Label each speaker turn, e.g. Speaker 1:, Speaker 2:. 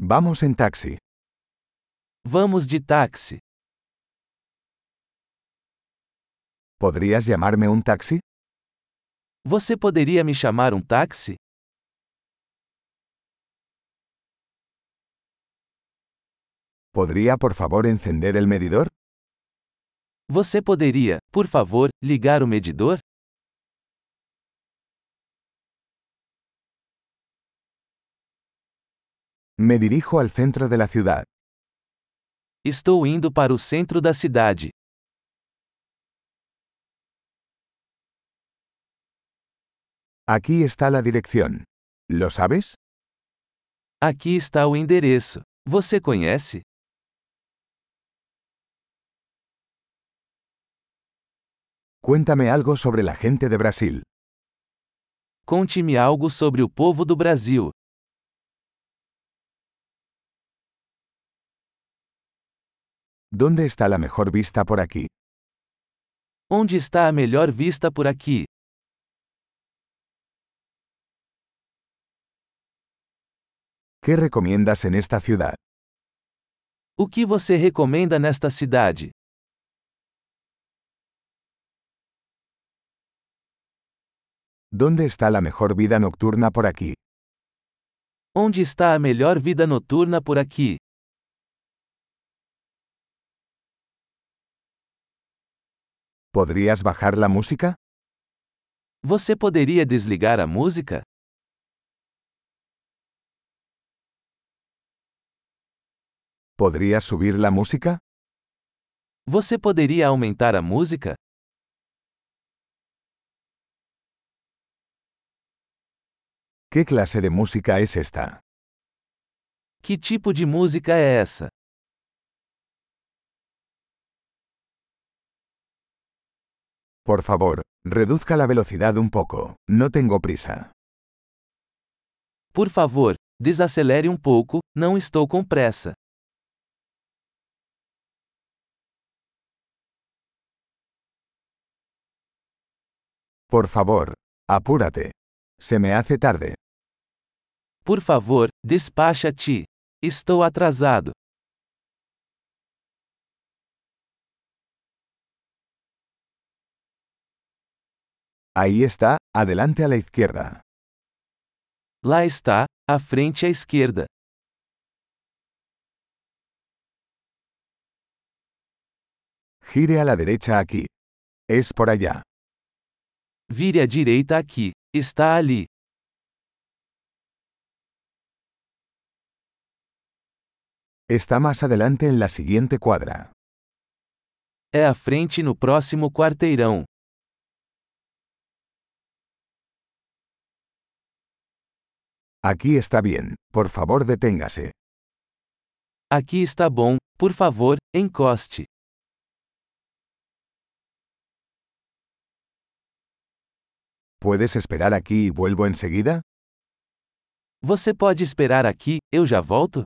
Speaker 1: Vamos en taxi.
Speaker 2: Vamos de táxi.
Speaker 1: ¿Podrías llamarme un taxi?
Speaker 2: Você poderia me chamar um táxi?
Speaker 1: ¿Podría por favor encender el medidor?
Speaker 2: Você poderia, por favor, ligar o medidor?
Speaker 1: Me dirijo al centro de la ciudad.
Speaker 2: Estou indo para o centro da cidade.
Speaker 1: Aquí está la dirección. ¿Lo sabes?
Speaker 2: Aqui está o endereço. Você conhece?
Speaker 1: Cuéntame algo sobre la gente de Brasil.
Speaker 2: Conte-me algo sobre o povo do Brasil.
Speaker 1: ¿Dónde está la mejor vista por aquí?
Speaker 2: Onde está a melhor vista por aqui?
Speaker 1: ¿Qué recomiendas en esta ciudad?
Speaker 2: O que você recomenda nesta cidade?
Speaker 1: ¿Dónde está la mejor vida nocturna por aquí?
Speaker 2: Onde está a melhor vida noturna por aqui?
Speaker 1: ¿Podrías bajar la música?
Speaker 2: Você poderia desligar a música?
Speaker 1: ¿Podrías subir la música?
Speaker 2: Você poderia aumentar a música?
Speaker 1: ¿Qué clase de música es esta?
Speaker 2: Que tipo de música é essa?
Speaker 1: Por favor, reduzca la velocidad un poco. No tengo prisa.
Speaker 2: Por favor, desacelere um pouco, não estou com pressa.
Speaker 1: Por favor, apúrate. Se me hace tarde.
Speaker 2: Por favor, despacha-te. Estou atrasado.
Speaker 1: Ahí está, adelante a la izquierda.
Speaker 2: Lá está, à frente à esquerda.
Speaker 1: Gire a la derecha aquí. Es por allá.
Speaker 2: Vire à direita aqui. Está ali.
Speaker 1: Está más adelante en la siguiente cuadra.
Speaker 2: É à frente no próximo quarteirão.
Speaker 1: Aquí está bien. Por favor, deténgase.
Speaker 2: Aqui está bom, por favor, encoste.
Speaker 1: ¿Puedes esperar aquí y vuelvo enseguida?
Speaker 2: Você pode esperar aqui, eu já volto?